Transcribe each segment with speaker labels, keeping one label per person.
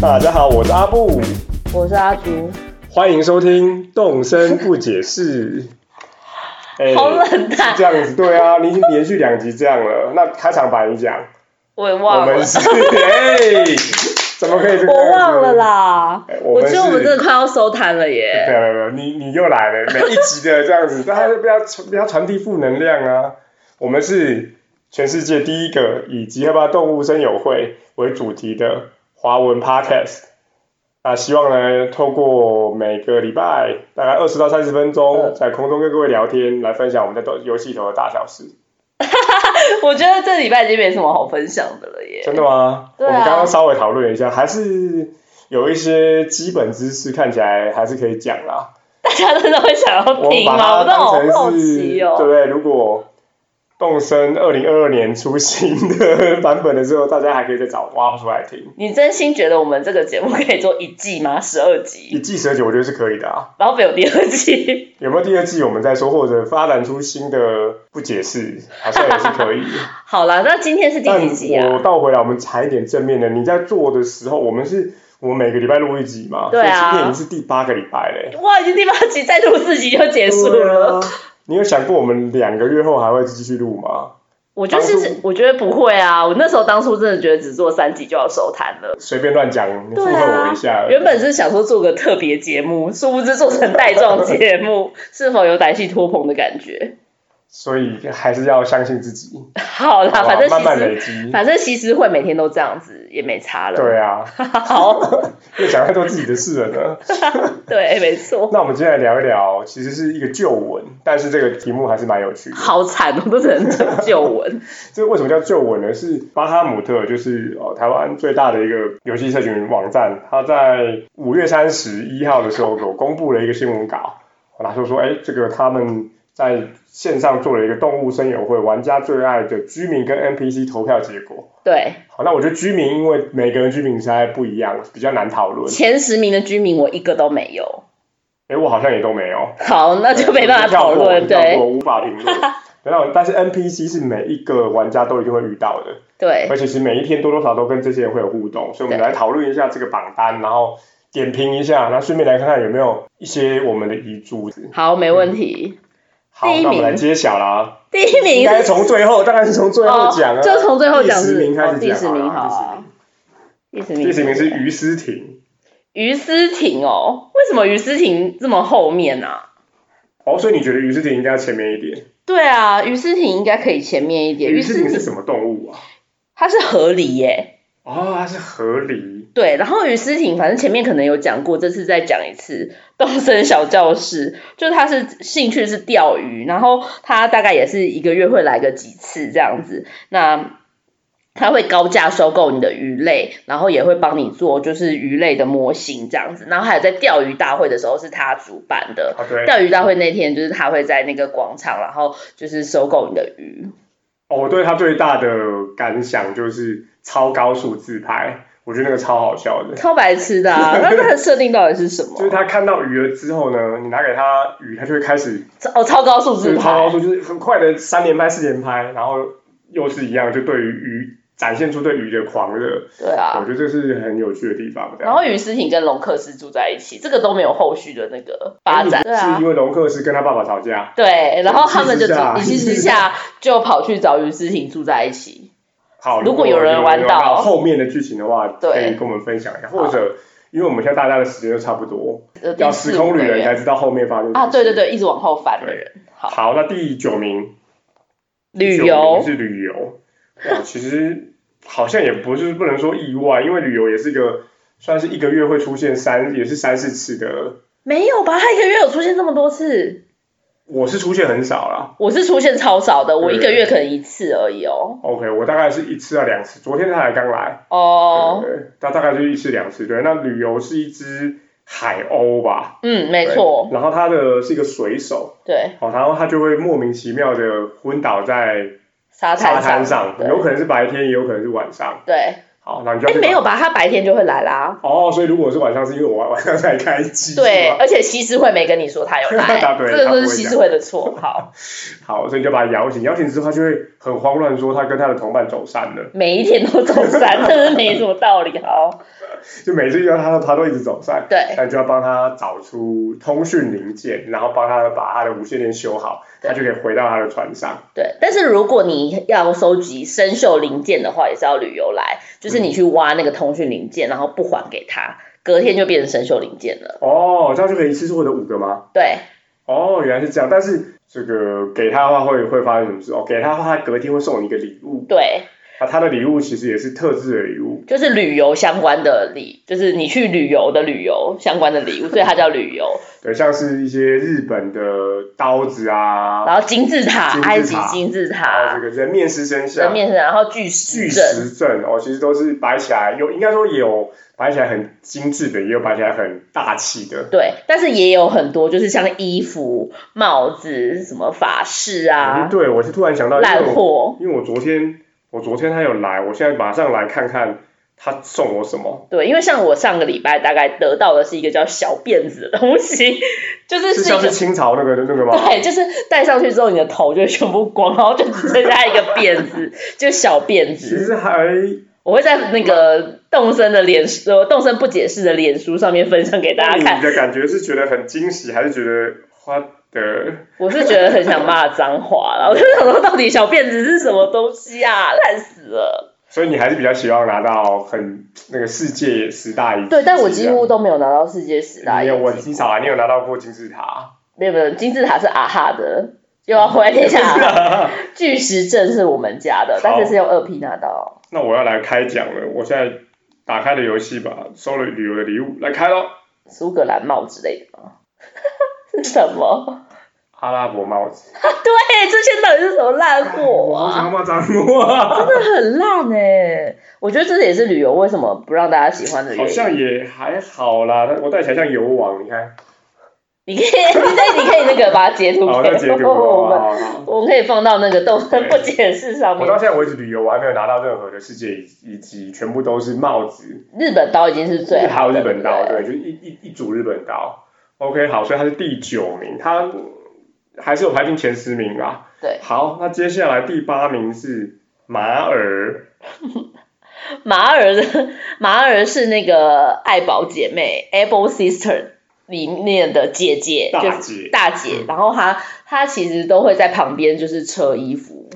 Speaker 1: 大家好，我是阿布，
Speaker 2: 我是阿竹，
Speaker 1: 欢迎收听《动身不解释》哎
Speaker 2: 好冷淡
Speaker 1: 是这样子对啊，你已经连续两集这样了。那开场白你讲，
Speaker 2: 我也
Speaker 1: 我
Speaker 2: 忘了
Speaker 1: 们， 是哎，怎么可以这个样子
Speaker 2: 我忘了。啦
Speaker 1: 哎。我
Speaker 2: 我
Speaker 1: 们是
Speaker 2: 觉得我们真的快要收摊了
Speaker 1: 没
Speaker 2: 耶。
Speaker 1: 有没有没有，你你又来了，每一集的这样子， 大家都不要传不要传递负能量啊！我们是全世界第一个以集合吧动物声友会为主题的华文 podcast。啊，希望呢，透过每个礼拜大概二十到三十分
Speaker 2: 嗯
Speaker 1: 钟，在空中跟各位聊天，来分享我们在斗游戏里头的大小事。
Speaker 2: 我觉得这礼拜已经没什么好分享的了耶。
Speaker 1: 真的吗？
Speaker 2: 对啊
Speaker 1: 我们刚刚稍微讨论了一下，还是有一些基本知识看起来还是可以讲啦。
Speaker 2: 大家真的会想要
Speaker 1: 我们
Speaker 2: 听
Speaker 1: 把它
Speaker 2: 吗？我真的好
Speaker 1: 当
Speaker 2: 好
Speaker 1: 成是，
Speaker 2: 奇
Speaker 1: 对
Speaker 2: 哦。
Speaker 1: 不对？如果动身二零二二年出新的版本的时候，大家还可以再找挖出来听。
Speaker 2: 你真心觉得我们这个节目可以做一季吗？十二
Speaker 1: 一
Speaker 2: 集，
Speaker 1: 季十二集，我觉得是可以的啊。
Speaker 2: 然后没有第二季。
Speaker 1: 有没有第二季我们再说，或者发展出新的不解释，好像也是可以。
Speaker 2: 好啦，那今天 是第
Speaker 1: 但
Speaker 2: 几集啊
Speaker 1: 我？倒回来，我们谈一点正面的。你在做的时候，我们是我们每个礼拜录一集嘛，
Speaker 2: 对啊
Speaker 1: 所以今天已经是第八个礼拜嘞，
Speaker 2: 哇，已经第八集，再录四集就结束了。
Speaker 1: 对啊。你有想过我们两个月后还会继续录吗？
Speaker 2: 我就是
Speaker 1: 当初，
Speaker 2: 我觉得不会啊。我那时候当初真的觉得只做三集就要收摊了。
Speaker 1: 随便乱讲，你附和
Speaker 2: 对啊，
Speaker 1: 我一下而已。
Speaker 2: 原本是想说做个特别节目，殊不知做成带状节目，是否有歹戏拖棚的感觉？
Speaker 1: 所以还是要相信自己，
Speaker 2: 好啦，
Speaker 1: 好不好
Speaker 2: 啊反正其实
Speaker 1: 慢慢累积。
Speaker 2: 反正其实会每天都这样子，也没差了。
Speaker 1: 对啊，
Speaker 2: 好，
Speaker 1: 越讲太多自己的事了 呢。
Speaker 2: 对，没错。
Speaker 1: 那我们今天来聊一聊，其实是一个旧闻，但是这个题目还是蛮有趣的。
Speaker 2: 好惨，哦我都只能讲旧闻。
Speaker 1: 这个为什么叫旧闻呢？是巴哈姆特，就是哦台湾最大的一个游戏社群网站，它在五月三十一号的时候有公布了一个新闻稿，他说说，哎，这个他们在线上做了一个动物声友会，玩家最爱的居民跟 NPC 投票结果。
Speaker 2: 对，
Speaker 1: 好，那我觉得居民，因为每个人居民实在不一样，比较难讨论。
Speaker 2: 前十名的居民我一个都没有。
Speaker 1: 哎，我好像也都没有，
Speaker 2: 好， 那就没办法讨论。
Speaker 1: 跳过
Speaker 2: 对
Speaker 1: 无法评论。 然后，但是 NPC 是每一个玩家都一定会遇到的，
Speaker 2: 对
Speaker 1: 而且是每一天多多少少都跟这些人会有互动，所以我们
Speaker 2: 对
Speaker 1: 来讨论一下这个榜单，然后点评一下，然后顺便来看看有没有一些我们的遗珠。
Speaker 2: 好，没问题。
Speaker 1: 好，
Speaker 2: 第一
Speaker 1: 那我
Speaker 2: 名
Speaker 1: 们来揭晓啦。
Speaker 2: 第一名
Speaker 1: 应该
Speaker 2: 是
Speaker 1: 从最后，当然是从最后讲啊，
Speaker 2: 哦就从最后讲
Speaker 1: 第
Speaker 2: 是
Speaker 1: 十名开始
Speaker 2: 哦
Speaker 1: 讲。
Speaker 2: 第十名好
Speaker 1: 好
Speaker 2: 啊
Speaker 1: 啦，
Speaker 2: 第十
Speaker 1: 第
Speaker 2: 名，
Speaker 1: 十名第十名是于思婷。
Speaker 2: 于思婷哦，为什么于思婷这么后面啊？
Speaker 1: 哦，所以你觉得于思婷应该要前面一点？
Speaker 2: 对啊，于思婷应该可以前面一点。
Speaker 1: 于
Speaker 2: 思
Speaker 1: 思婷是
Speaker 2: 婷
Speaker 1: 什么动物啊？
Speaker 2: 她是河狸耶，
Speaker 1: 哦，它是河狸。
Speaker 2: 对。然后于思婷，反正前面可能有讲过，这次再讲一次。东森小教室就是她是兴趣是钓鱼，然后她大概也是一个月会来个几次这样子。那他会高价收购你的鱼类，然后也会帮你做就是鱼类的模型这样子。然后还有在钓鱼大会的时候是他主办的，
Speaker 1: 哦，对。
Speaker 2: 钓鱼大会那天，就是他会在那个广场，然后就是收购你的鱼。
Speaker 1: 哦，我对它最大的感想就是超高速自拍，我觉得那个超好笑的。
Speaker 2: 超白痴的啊！那它的设定到底是什么
Speaker 1: 就是？他看到鱼了之后呢，你拿给他鱼，他就会开始
Speaker 2: 哦，超高速
Speaker 1: 就
Speaker 2: 自
Speaker 1: 是超高
Speaker 2: 拍，
Speaker 1: 速，就是很快的三连拍、四连拍，然后又是一样，就对于鱼展现出对鱼的狂热。
Speaker 2: 对
Speaker 1: 我
Speaker 2: 啊。
Speaker 1: 觉得这是很有趣的地方。这
Speaker 2: 然
Speaker 1: 样
Speaker 2: 后与斯婷跟龙克斯住在一起，这个都没有后续的那个发展，对
Speaker 1: 哎是
Speaker 2: 啊。
Speaker 1: 因为龙克是跟他爸爸吵架，
Speaker 2: 对，然后他们就
Speaker 1: 一气之下
Speaker 2: 一气之下就跑去找于思婷住在一起。
Speaker 1: 好，
Speaker 2: 如果有人
Speaker 1: 有
Speaker 2: 玩到
Speaker 1: 后面的剧情的话，
Speaker 2: 对
Speaker 1: 可以跟我们分享一下，
Speaker 2: 好
Speaker 1: 或者因为我们现在大家的时间都差不多，
Speaker 2: 呃第
Speaker 1: 要
Speaker 2: 四
Speaker 1: 时空旅
Speaker 2: 个
Speaker 1: 人
Speaker 2: 人
Speaker 1: 才知道后面发生什么
Speaker 2: 啊，对对
Speaker 1: 事。
Speaker 2: 对，一直往后翻的人，好，
Speaker 1: 好，那第九名
Speaker 2: 旅
Speaker 1: 第九名
Speaker 2: 游
Speaker 1: 是旅游，哇， 其实好像也不是不能说意外，因为旅游也是一个算是一个月会出现三也是三四次的，
Speaker 2: 没有吧？他一个月有出现这么多次，
Speaker 1: 我是出现很少啦。
Speaker 2: 我是出现超少的，我一
Speaker 1: 对
Speaker 2: 个月可能一次而已哦。
Speaker 1: OK，我大概是一次到两次，昨天他才刚来，
Speaker 2: 哦，
Speaker 1: 对，他大概就一次两次。对，那旅游是一只海鸥吧？
Speaker 2: 嗯，没
Speaker 1: 对
Speaker 2: 错，。
Speaker 1: 然后它的是一个水手，
Speaker 2: 对，
Speaker 1: 哦，然后他就会莫名其妙的昏倒在
Speaker 2: 沙
Speaker 1: 沙
Speaker 2: 滩
Speaker 1: 滩
Speaker 2: 上，
Speaker 1: 上，
Speaker 2: 对
Speaker 1: 有可能是白天，也有可能是晚上。
Speaker 2: 对，
Speaker 1: 好，那你就要
Speaker 2: 哎，
Speaker 1: 去
Speaker 2: 没
Speaker 1: 把
Speaker 2: 有吧？他白天就会来啦。
Speaker 1: 哦，所以如果是晚上，是因为我晚晚上才开机。
Speaker 2: 对，
Speaker 1: 是吗
Speaker 2: 而且西施惠没跟你说他有
Speaker 1: 答
Speaker 2: 来，
Speaker 1: 对
Speaker 2: 这个
Speaker 1: 他不
Speaker 2: 都
Speaker 1: 会
Speaker 2: 是西
Speaker 1: 讲
Speaker 2: 施惠的 错。好，
Speaker 1: 好，所以你就把他摇醒，摇醒之后他就会很慌乱，说他跟他的同伴走散了，
Speaker 2: 每一天都走散，真的没什么道理。好，
Speaker 1: 就每次遇到他，他都一直走散。
Speaker 2: 对
Speaker 1: 那你就要帮他找出通讯零件，然后帮他把他的无线电修好，
Speaker 2: 对
Speaker 1: 他就可以回到他的船上。
Speaker 2: 对，但是如果你要收集生锈零件的话，也是要旅游来，就是你去挖那个通讯零件，然后不还给他，隔天就变成生锈零件了。
Speaker 1: 哦，这样就可以一次获得五个吗？
Speaker 2: 对，
Speaker 1: 哦，原来是这样，但是这个给他的话会会发生什么事？哦，给他的话，他隔天会送你一个礼物，
Speaker 2: 对，
Speaker 1: 那他的礼物其实也是特制的礼物。
Speaker 2: 就是旅游相关的礼，就是你去旅游的旅游相关的礼物，所以它叫旅游。
Speaker 1: 对，像是一些日本的刀子啊，
Speaker 2: 然后金字塔，
Speaker 1: 金字塔
Speaker 2: 埃及金字
Speaker 1: 还有
Speaker 2: 塔
Speaker 1: 这个人面狮身
Speaker 2: 人
Speaker 1: 像、
Speaker 2: 面神，然后巨石
Speaker 1: 巨
Speaker 2: 阵，
Speaker 1: 石阵哦，其实都是摆起来有，应该说有摆起来很精致的，也有摆起来很大气的。
Speaker 2: 对，但是也有很多就是像衣服、帽子、什么法式
Speaker 1: 嗯
Speaker 2: 啊、
Speaker 1: 对，我是突然想到，因为
Speaker 2: 烂
Speaker 1: 我
Speaker 2: 货，
Speaker 1: 因为我昨天我昨天他有来，我现在马上来看看他送我什么，
Speaker 2: 对，因为像我上个礼拜大概得到的是一个叫小辫子的东西，就
Speaker 1: 是
Speaker 2: 是是一
Speaker 1: 像是
Speaker 2: 个。
Speaker 1: 清朝那个的那个吗？
Speaker 2: 对，就是戴上去之后，你的头就全部光，然后就只剩下一个辫子， 就小辫
Speaker 1: 其
Speaker 2: 子。
Speaker 1: 实还
Speaker 2: 我会在那个动森的脸书，呃动森不解释的脸书上面分享给大家
Speaker 1: 那
Speaker 2: 看
Speaker 1: 你。的感觉是觉得很惊喜，还是觉得花的？
Speaker 2: 我是觉得很想骂脏话啦，我就想说，到底小辫子是什么东西啊？烂死了。
Speaker 1: 所以你还是比较希望拿到很那个世界十大遗迹。
Speaker 2: 对，但我几乎都没有拿到世界十大
Speaker 1: 没
Speaker 2: 遗
Speaker 1: 有，我
Speaker 2: 迹
Speaker 1: 至。少啊啊，你有拿到过金字塔。
Speaker 2: 没有没有，金字塔是啊哈的，又要回来天下。 巨石阵是我们家的
Speaker 1: 好，
Speaker 2: 但是是用二 P 拿到。
Speaker 1: 那我要来开奖了，我现在打开了游戏吧，收了旅游的礼物，来开喽！
Speaker 2: 苏格兰帽之类的吗？ 是什么？
Speaker 1: 阿拉伯帽子，
Speaker 2: 对，这些到底是什么烂货
Speaker 1: 我好
Speaker 2: 啊？
Speaker 1: 想要骂脏话，
Speaker 2: 真的很烂哎、我觉得这也是旅游为什么不让大家喜欢的原
Speaker 1: 好
Speaker 2: 因。
Speaker 1: 像也还好啦，但我戴起来像油王，你看，
Speaker 2: 你可以， 那你可以那个把它截图
Speaker 1: 好，哦那截
Speaker 2: 给
Speaker 1: 图，
Speaker 2: 我
Speaker 1: 好
Speaker 2: 们，
Speaker 1: 好好
Speaker 2: 我们可以放到那个动森不解释
Speaker 1: 啊
Speaker 2: 上
Speaker 1: 我
Speaker 2: 面
Speaker 1: 到。现在为止旅游，我还没有拿到任何的世界遗迹，全部都是帽子，
Speaker 2: 日本刀已经是最
Speaker 1: 还
Speaker 2: 好
Speaker 1: 有
Speaker 2: 的，
Speaker 1: 日本刀，
Speaker 2: 对
Speaker 1: 对，
Speaker 2: 不对。
Speaker 1: 就一一一组日本刀。OK，好，所以他是第九名，他还是有排进前十名啦。
Speaker 2: 对
Speaker 1: 好，那接下来第八名是马尔，
Speaker 2: 马尔的马尔是那个爱宝姐妹 Apple Sister 里面的姐姐，
Speaker 1: 大
Speaker 2: 就是
Speaker 1: 姐
Speaker 2: 大姐
Speaker 1: 嗯。
Speaker 2: 然后她她其实都会在旁边就是扯衣服，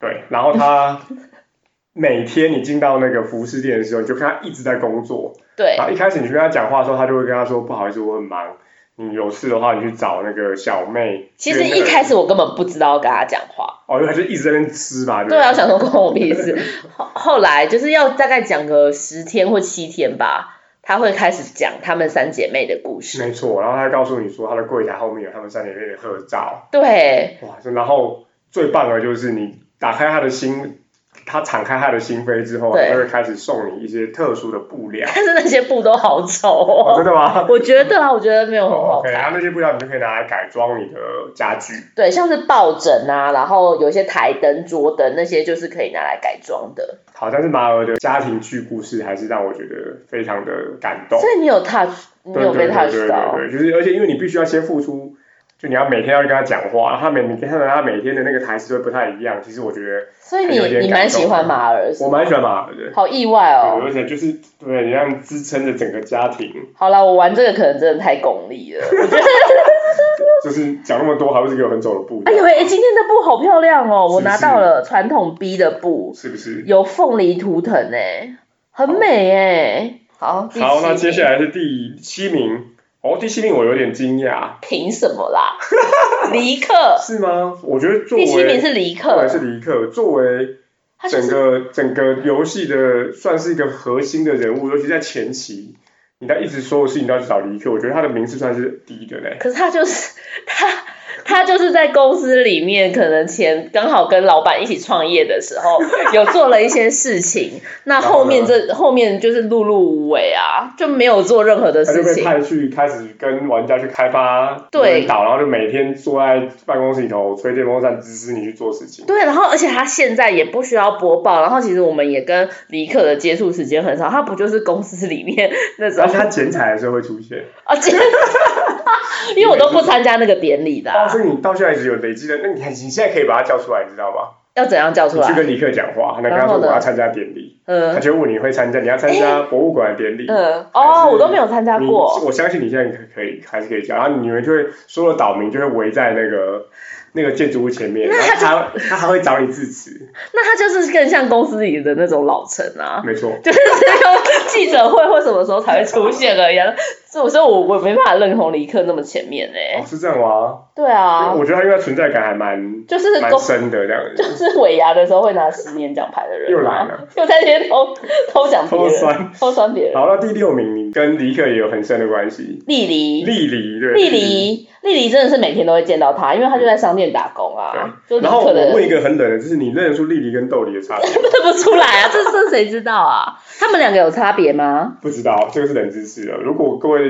Speaker 1: 对，然后他每天你进到那个服饰店的时候，你就看他一直在工作。
Speaker 2: 对
Speaker 1: 然后一开始你去跟他讲话的时候，他就会跟他说：“不好意思，我很忙，你有事的话你去找那个小妹。”
Speaker 2: 其实一开始我根本不知道要跟他讲话，
Speaker 1: 哦，因为他就一直在那边吃嘛，对不
Speaker 2: 对啊，我想说关我屁事。 后后来就是要大概讲个十天或七天吧，她会开始讲她们三姐妹的故事。
Speaker 1: 没错，然后他告诉你说他的柜台后面有他们三姐妹的合照，
Speaker 2: 对
Speaker 1: 哇！然后最棒的就是你打开他的心，他敞开他的心扉之后，
Speaker 2: 对
Speaker 1: 他会开始送你一些特殊的布料。
Speaker 2: 但是那些布都好丑
Speaker 1: 哦，真
Speaker 2: 哦，
Speaker 1: 的吗？
Speaker 2: 我觉得啊，我觉得没有很好
Speaker 1: 哦，OK，
Speaker 2: 看。
Speaker 1: 然后那些布料你就可以拿来改装你的家具。
Speaker 2: 对，像是抱枕啊，然后有一些台灯、桌灯那些，就是可以拿来改装的。
Speaker 1: 好，但是马儿的家庭剧故事还是让我觉得非常的感动
Speaker 2: 所。以你有 touch，你
Speaker 1: 对
Speaker 2: 有
Speaker 1: 对
Speaker 2: 被
Speaker 1: 对
Speaker 2: touch
Speaker 1: 对
Speaker 2: 到？
Speaker 1: 对对，就是而且因为你必须要先付出，就你要每天要跟他讲话，然后他每你看到他每天的那个台词都会不太一样。其实我觉得
Speaker 2: 所以
Speaker 1: 有点
Speaker 2: 你你
Speaker 1: 感
Speaker 2: 蛮
Speaker 1: 动
Speaker 2: 喜欢马儿，
Speaker 1: 我蛮喜欢马儿的，
Speaker 2: 好意外
Speaker 1: 对，
Speaker 2: 哦。
Speaker 1: 而且就是对，你让支撑着整个家庭，
Speaker 2: 好啦，我玩这个可能真的太功利了。
Speaker 1: 就是讲那么多，还不是给我很走的步
Speaker 2: 哎呦喂，今天的布好漂亮哦，我
Speaker 1: 是不
Speaker 2: 拿
Speaker 1: 是
Speaker 2: 到了传统 B 的布，
Speaker 1: 是不是？
Speaker 2: 有凤梨图腾哎、很美哎、好，第
Speaker 1: 好，那
Speaker 2: 七
Speaker 1: 接下
Speaker 2: 名
Speaker 1: 来是第七名，哦，第七名我有点惊讶，
Speaker 2: 凭什 么啦？尼克，
Speaker 1: 是吗？我觉得作为
Speaker 2: 第七名是尼
Speaker 1: 作
Speaker 2: 克
Speaker 1: 为，是尼克，作为
Speaker 2: 他就
Speaker 1: 整
Speaker 2: 是
Speaker 1: 个整个游戏的算是一个核心的人物，尤其在前期，你在一直所有事情都要去找尼克，我觉得他的名次算是低的嘞。
Speaker 2: 可是他就是他他就是在公司里面，可能前刚好跟老板一起创业的 时候，有做了一些事情，那后面这后面就是碌碌无为啊，就没有做任何的
Speaker 1: 他就
Speaker 2: 事
Speaker 1: 被
Speaker 2: 情。
Speaker 1: 派去开始跟玩家去开发
Speaker 2: 对
Speaker 1: 岛，然后就每天坐在办公室里头吹电风扇，指使你去做事情。
Speaker 2: 对，然后而且他现在也不需要播报，然后其实我们也跟尼克的接触时间很少，他不就是公司里面那种
Speaker 1: 而且他剪彩的时候会出现，
Speaker 2: 啊，真的 因为我都不参加那个典礼的啊、
Speaker 1: 哦，所以你到现在一直有累积的，那你看你现在可以把他叫出来，你知道吗？
Speaker 2: 要怎样叫出
Speaker 1: 你去
Speaker 2: 来？
Speaker 1: 跟尼克讲话，那跟他
Speaker 2: 然后
Speaker 1: 说
Speaker 2: 呢
Speaker 1: 我要参加典礼，他
Speaker 2: 嗯
Speaker 1: 就问你会参加，你要参加博物馆的典礼。
Speaker 2: 嗯，
Speaker 1: 还
Speaker 2: 哦，
Speaker 1: 是
Speaker 2: 我都没有参加
Speaker 1: 你
Speaker 2: 过，
Speaker 1: 我相信你现在可以还是可以讲，然后你们就会所有的岛民就会围在那个那个建筑物前面，然后他他还会找你致辞，
Speaker 2: 那他就是更像公司里的那种老臣啊。
Speaker 1: 没错。
Speaker 2: 就是只有记者会或什么时候才会出现而已啊，所以我说我我没办法认同尼克那么前面哎、
Speaker 1: 哦，是这样吗？
Speaker 2: 对啊，
Speaker 1: 我觉得他应该存在感还蛮
Speaker 2: 就是
Speaker 1: 蛮
Speaker 2: 公
Speaker 1: 深的这样
Speaker 2: 就
Speaker 1: 子，
Speaker 2: 是尾牙的时候会拿十年奖牌的人、啊，
Speaker 1: 又来了，
Speaker 2: 又在那边偷偷讲别
Speaker 1: 偷
Speaker 2: 人，
Speaker 1: 酸。
Speaker 2: 偷酸别人。
Speaker 1: 好，那第六名，你跟尼克也有很深的关系，
Speaker 2: 丽梨，
Speaker 1: 丽丽对。
Speaker 2: 丽梨，丽梨真的是每天都会见到他，因为他就在商店打工啊，
Speaker 1: 对。
Speaker 2: 就立
Speaker 1: 然后
Speaker 2: 刻
Speaker 1: 我
Speaker 2: 的
Speaker 1: 问一个很冷的，就是你认得出丽丽跟豆梨的差别吗？
Speaker 2: 认不出来啊，这这谁知道啊？他们两个有差别吗？
Speaker 1: 不知道，这个是冷知识了。如果各位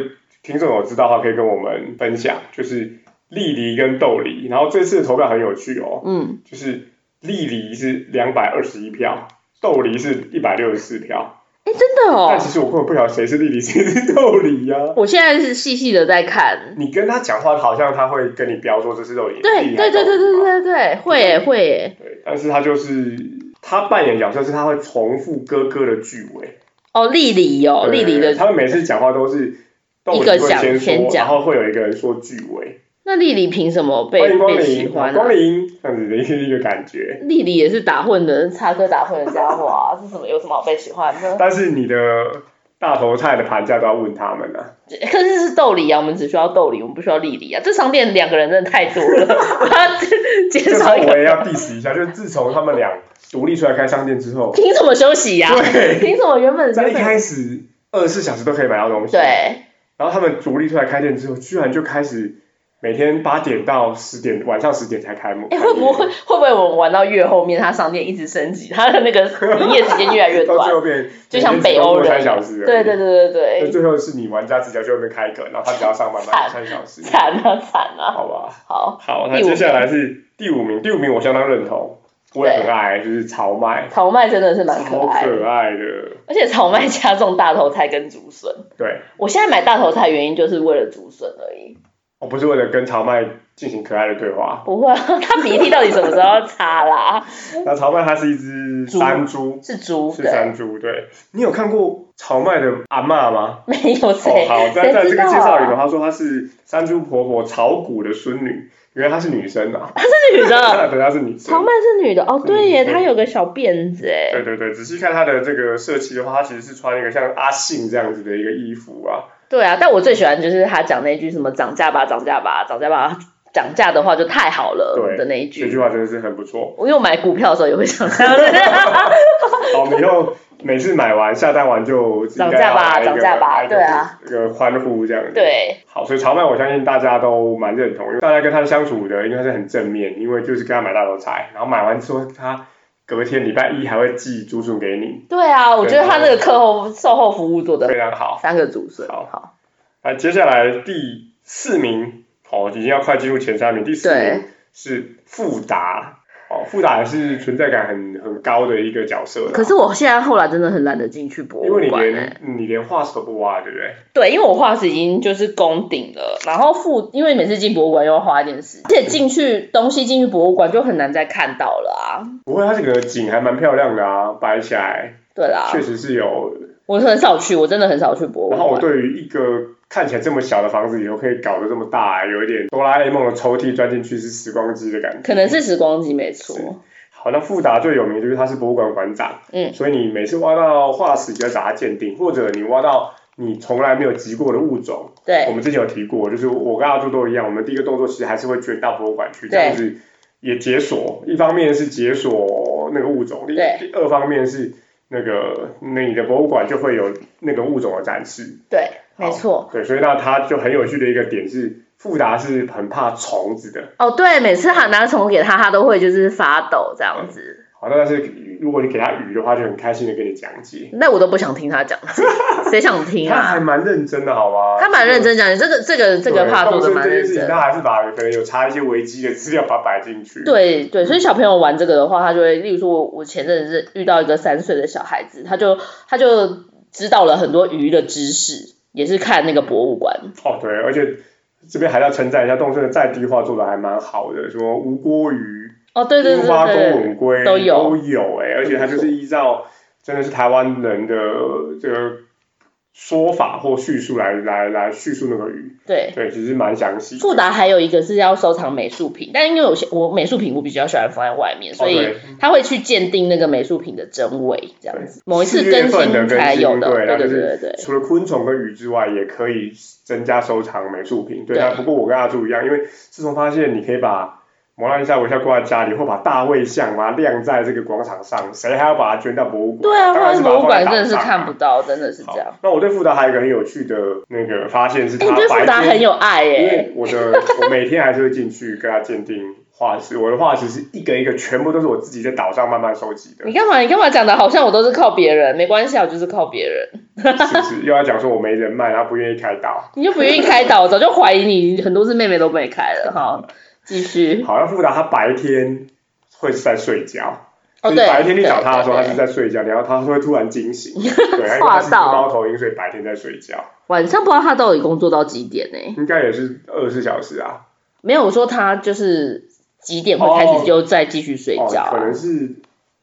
Speaker 1: 听众有知道的话，可以跟我们分享，就是丽梨跟豆梨。然后这次的投票很有趣哦，
Speaker 2: 嗯，
Speaker 1: 就是丽梨是两百二十一票，豆梨是一百六十四票。
Speaker 2: 哎，真的哦
Speaker 1: 但，其实我根本不晓得谁是丽梨，谁是豆梨呀、
Speaker 2: 我现在是细细的在看，
Speaker 1: 你跟他讲话，好像他会跟你标说这是豆梨。
Speaker 2: 对
Speaker 1: 丽梨还
Speaker 2: 对
Speaker 1: 是豆
Speaker 2: 对
Speaker 1: 梨
Speaker 2: 对对
Speaker 1: 嘛
Speaker 2: 对对，会耶会耶，
Speaker 1: 对但是他就是他扮演角色是他会重复哥哥的句尾。
Speaker 2: 哦，丽梨哦，
Speaker 1: 对
Speaker 2: 丽梨的，
Speaker 1: 他们每次讲话都是豆梨会先
Speaker 2: 一个讲先
Speaker 1: 说，然
Speaker 2: 讲
Speaker 1: 后会有一个人说句尾，
Speaker 2: 那丽梨凭什么
Speaker 1: 欢
Speaker 2: 被
Speaker 1: 迎光
Speaker 2: 被喜
Speaker 1: 临，
Speaker 2: 欢啊
Speaker 1: 光？临这样子的一个感觉。
Speaker 2: 丽丽也是打混的，插科打诨的家伙啊，是什么有什么好被喜欢的？
Speaker 1: 但是你的大头菜的盘价都要问他们 啊，
Speaker 2: 可是是豆梨啊，我们只需要豆梨，我们不需要丽丽啊。这商店两个人真的太多了，我要减
Speaker 1: 这时
Speaker 2: 少
Speaker 1: 候
Speaker 2: 一
Speaker 1: 我也
Speaker 2: 个。
Speaker 1: 要 diss 一下，就是自从他们俩独立出来开商店之 后，
Speaker 2: 凭什么休息呀、
Speaker 1: 对
Speaker 2: 凭什么原本
Speaker 1: 在
Speaker 2: 原
Speaker 1: 一
Speaker 2: 本
Speaker 1: 开始二十四小时都可以买到东西，，
Speaker 2: 对哎
Speaker 1: 然后他们独立出来开店之后，居然就开始每天八点到十点，晚上十点才开幕，
Speaker 2: 哎、会不会会不会我们玩到越后面，它商店一直升级，它的那个营业时间越来越
Speaker 1: 到最
Speaker 2: 短？
Speaker 1: 后变
Speaker 2: 就像北欧人
Speaker 1: 三小时而已，
Speaker 2: 对对对
Speaker 1: 那
Speaker 2: 对
Speaker 1: 最后是你玩家自己要去外面开一个，然后他只要上班
Speaker 2: 惨
Speaker 1: 班三小时
Speaker 2: 对，，惨啊惨啊！
Speaker 1: 好吧？
Speaker 2: 好，
Speaker 1: 好，
Speaker 2: 第
Speaker 1: 那
Speaker 2: 五
Speaker 1: 接下来是第五名，第五名我相当认同，我也很爱，就是草麦，
Speaker 2: 草麦真的是蛮可
Speaker 1: 超
Speaker 2: 爱的，
Speaker 1: 可爱的，
Speaker 2: 而且草麦加重大头菜跟竹笋。
Speaker 1: 对，
Speaker 2: 我现在买大头菜原因就是为了竹笋而已，
Speaker 1: 我不是为了跟草麦进行可爱的对话，
Speaker 2: 不会、啊，它鼻涕到底什么时候要擦 啦？
Speaker 1: 那草麦它是一只
Speaker 2: 嗯猪
Speaker 1: 山猪，
Speaker 2: 是猪，
Speaker 1: 是
Speaker 2: 对，
Speaker 1: 山猪，对，你有看过草麦的阿嬷吗？
Speaker 2: 没有
Speaker 1: 哦，
Speaker 2: 谁，
Speaker 1: 好，在
Speaker 2: 谁
Speaker 1: 在这
Speaker 2: 知
Speaker 1: 个
Speaker 2: 道
Speaker 1: 介
Speaker 2: 啊
Speaker 1: 绍里头，他说她是山猪婆婆草谷的孙女，原来她是女生啊，
Speaker 2: 是女 的，
Speaker 1: 对，她是女生
Speaker 2: 长。麦是女的，哦，
Speaker 1: 是
Speaker 2: 对耶，
Speaker 1: 女的
Speaker 2: 她有个小辫子哎，
Speaker 1: 对对对，仔细看他的这个设计的话，他其实是穿一个像阿信这样子的一个衣服啊。
Speaker 2: 对啊，但我最喜欢就是她讲那句什么涨价吧，涨价吧，涨价吧，涨价的话就太好了
Speaker 1: 对
Speaker 2: 的那一
Speaker 1: 这
Speaker 2: 句
Speaker 1: 句。话真的是很不错。
Speaker 2: 我因为我买股票的时候也会想 这样，
Speaker 1: 好，我们以后哦每次买完下单完就
Speaker 2: 涨
Speaker 1: 应
Speaker 2: 价吧
Speaker 1: 该要来一个
Speaker 2: 涨价吧
Speaker 1: 来一个
Speaker 2: 对啊，
Speaker 1: 一个欢呼这样子。。
Speaker 2: 对，
Speaker 1: 好，所以潮麦我相信大家都蛮认同，因为大家跟他相处的应该是很正面，因为就是跟他买大头菜，然后买完之后他隔天礼拜一还会寄竹笋给你，
Speaker 2: 对啊，我觉得她那个课后售后服务做的
Speaker 1: 非常好。
Speaker 2: 三个竹笋，
Speaker 1: 好
Speaker 2: 好，
Speaker 1: 那接下来第四名，哦，已经要快进入前三名。第四名是富达，哦，富达也是存在感很很高的一个角色啦。
Speaker 2: 可是我现在后来真的很懒得进去博物
Speaker 1: 因为你
Speaker 2: 馆哎。
Speaker 1: 连你连画都不画，对不对？
Speaker 2: 对，因为我画室已经就是攻顶了，然后付，因为每次进博物馆又要花一点时间，而且进去东西进去博物馆就很难再看到了啊。
Speaker 1: 不过它这个景还蛮漂亮的啊，摆起来
Speaker 2: 对啦
Speaker 1: 确，实是有。
Speaker 2: 我很少去，我真的很少去博物
Speaker 1: 然后我
Speaker 2: 馆。
Speaker 1: 对于一个看起来这么小的房子，以后可以搞得这么大，有一点哆啦 A 梦的抽屉钻进去是时光机的感觉。
Speaker 2: 可能是时光机没错，
Speaker 1: 好，那富达最有名就是他是博物馆馆长，
Speaker 2: 嗯
Speaker 1: 所以你每次挖到化石就要找他鉴定，或者你挖到你从来没有集过的物种，我
Speaker 2: 对
Speaker 1: 们之前有提过，就是我跟阿朱都一样，我们第一个动作其实还是会捐到博物馆去，这样子也解锁，一方面是解锁那个物种，第
Speaker 2: 对
Speaker 1: 第二方面是那个你的博物馆就会有那个物种的展示，
Speaker 2: 对，没
Speaker 1: 好
Speaker 2: 错，
Speaker 1: 对，所以那它就很有趣的一个点是，富达是很怕虫子的。
Speaker 2: 哦，对，每次他拿虫给他，他都会就是发抖这样子。
Speaker 1: 好，那但是如果你给他鱼的话，就很开心的跟你讲解。
Speaker 2: 那我都不想听他讲，谁想听
Speaker 1: 他 还
Speaker 2: 啊？
Speaker 1: 蛮认真的，好吗？
Speaker 2: 他蛮认真讲，这个这个这个
Speaker 1: 对
Speaker 2: 怕做
Speaker 1: 动
Speaker 2: 的
Speaker 1: 身
Speaker 2: 蛮
Speaker 1: 这件
Speaker 2: 认
Speaker 1: 事情，
Speaker 2: 真。
Speaker 1: 他还是把可能有查一些维基的资料，把它摆进去。，
Speaker 2: 对对，所以小朋友玩这个的话，他就会，例如说我我前阵子遇到一个三岁的小孩子，他就他就知道了很多鱼的知识，也是看那个博物馆。
Speaker 1: 哦对，而且这边还要称赞一下动身的在地化做的还蛮好的，什么无锅鱼、
Speaker 2: 哦，对对
Speaker 1: 樱
Speaker 2: 对
Speaker 1: 花公
Speaker 2: 对，
Speaker 1: 吻龟
Speaker 2: 都有
Speaker 1: 都有哎、而且它就是依照真的是台湾人的这个说法或叙述来来来叙述那个鱼，
Speaker 2: 对。
Speaker 1: 对，其实蛮详细的。
Speaker 2: 富达还有一个是要收藏美术品，但因为有些我美术品我比较喜欢放在外面，所
Speaker 1: 哦
Speaker 2: 以
Speaker 1: 对
Speaker 2: 他会去鉴定那个美术品的真伪，这样子。某一次
Speaker 1: 四月
Speaker 2: 更
Speaker 1: 份的
Speaker 2: 新才有的，
Speaker 1: 对，
Speaker 2: 对
Speaker 1: 它就
Speaker 2: 对
Speaker 1: 是
Speaker 2: 对对对。
Speaker 1: 除了昆虫跟鱼之外，也可以增加收藏美术品。对，
Speaker 2: 对
Speaker 1: 那不过我跟阿朱一样，因为自从发现你可以把蒙娜丽莎微笑挂在家里，或把大卫像啊晾在这个广场上，谁还要把它捐到博物馆？
Speaker 2: 对啊，
Speaker 1: 当然
Speaker 2: 或者
Speaker 1: 是
Speaker 2: 博物
Speaker 1: 把它
Speaker 2: 馆
Speaker 1: 放
Speaker 2: 真
Speaker 1: 在
Speaker 2: 的是
Speaker 1: 岛上啊
Speaker 2: 看不到，真的是这样。
Speaker 1: 好那我对富达还有一个很有趣的那个发现是，他
Speaker 2: 哎、你对富
Speaker 1: 白
Speaker 2: 达
Speaker 1: 天
Speaker 2: 很有爱耶、
Speaker 1: 因为我的我每天还是会进去跟他鉴定化石，我的化石是一个一个全部都是我自己在岛上慢慢收集的。
Speaker 2: 你干嘛？你干嘛讲的好像我都是靠别人？没关系啊，我就是靠别人。
Speaker 1: 是不是？又要讲说我没人脉，他不愿意开刀。
Speaker 2: 你就不愿意开导，我早就怀疑你很多次妹妹都被开了哈。继续。
Speaker 1: 好像富达他白天会是在睡觉，就
Speaker 2: 哦，
Speaker 1: 是
Speaker 2: 对，
Speaker 1: 白天你找他的时候，
Speaker 2: 对
Speaker 1: 他
Speaker 2: 对
Speaker 1: 是
Speaker 2: 对
Speaker 1: 在睡觉，然后他会突然惊 醒，对，因为他是一只猫头鹰，所以白天在睡觉，
Speaker 2: 晚上不知道他到底工作到几点呢、
Speaker 1: 应该也是二十四小时啊，
Speaker 2: 没有我说他就是几点会开
Speaker 1: 哦
Speaker 2: 始就再继续睡觉、
Speaker 1: 哦，可
Speaker 2: 啊
Speaker 1: 能是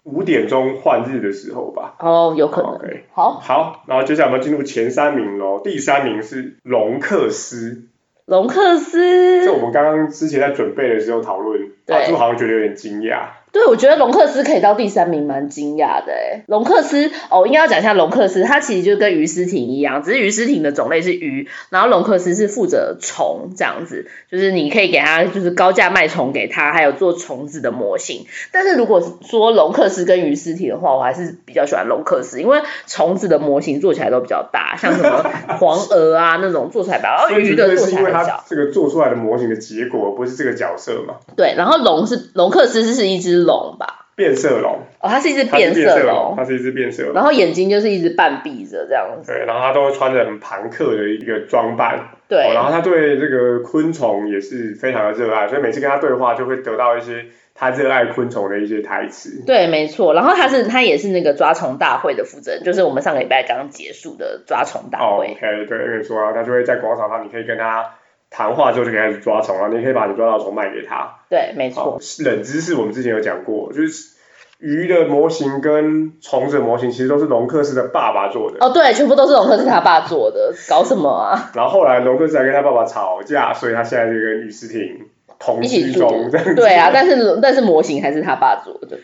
Speaker 1: 五点钟换日的时候吧。
Speaker 2: 哦，有可能。
Speaker 1: OK
Speaker 2: 好，
Speaker 1: 好，然后接下来我们进入前三名喽。第三名是隆克斯，
Speaker 2: 隆克斯
Speaker 1: 这，我们刚刚之前在准备的时候讨论，啊
Speaker 2: 对
Speaker 1: 阿朱好像觉得有点惊讶。
Speaker 2: 对，我觉得隆克斯可以到第三名，蛮惊讶的哎。隆克斯哦，应该要讲一下隆克斯，它其实就跟鱼丝蜓一样，只是鱼丝蜓的种类是鱼，然后隆克斯是负责虫这样子，就是你可以给它就是高价卖虫给它，还有做虫子的模型。但是如果说隆克斯跟鱼丝体的话，我还是比较喜欢隆克斯，因为虫子的模型做起来都比较大，像什 么黄鹅啊那种做出来比较，然后
Speaker 1: 所以
Speaker 2: 鱼
Speaker 1: 你这
Speaker 2: 的
Speaker 1: 个
Speaker 2: 做
Speaker 1: 是
Speaker 2: 起
Speaker 1: 因为
Speaker 2: 来很小
Speaker 1: 他。这个做出来的模型的结果，不是这个角色嘛？
Speaker 2: 对，然后龙是隆克斯是一只龙吧？
Speaker 1: 变色龙，
Speaker 2: 哦，它是一只
Speaker 1: 它是
Speaker 2: 变
Speaker 1: 变
Speaker 2: 色
Speaker 1: 色
Speaker 2: 龙
Speaker 1: 龙，。它是一只变色龙。
Speaker 2: 然后眼睛就是一直半闭着这样子。
Speaker 1: 对，然后他都穿着很朋克的一个装扮，
Speaker 2: 对
Speaker 1: 哦然后他对这个昆虫也是非常的热爱，所以每次跟他对话就会得到一些他热爱昆虫的一些台词。
Speaker 2: 对，没错。然后他是他也是那个抓虫大会的负责人，就是我们上个礼拜刚结束的抓虫大
Speaker 1: 哦
Speaker 2: 会。
Speaker 1: OK，对，跟你说啊，他就会在广场上，你可以跟他谈话之后就可以开始抓虫了，你可以把你抓到的虫卖给他。
Speaker 2: 对，没
Speaker 1: 好
Speaker 2: 错。，
Speaker 1: 冷知识我们之前有讲过，就是鱼的模型跟虫子的模型其实都是隆克斯的爸爸做的。
Speaker 2: 哦，对，全部都是龙克是他爸做的，搞什么啊？
Speaker 1: 然后后来隆克斯还跟他爸爸吵架，所以他现在就跟吕思婷同
Speaker 2: 一
Speaker 1: 居
Speaker 2: 起
Speaker 1: 中
Speaker 2: 住
Speaker 1: 这样 子。。
Speaker 2: 对啊，但是但是模型还是他爸做的。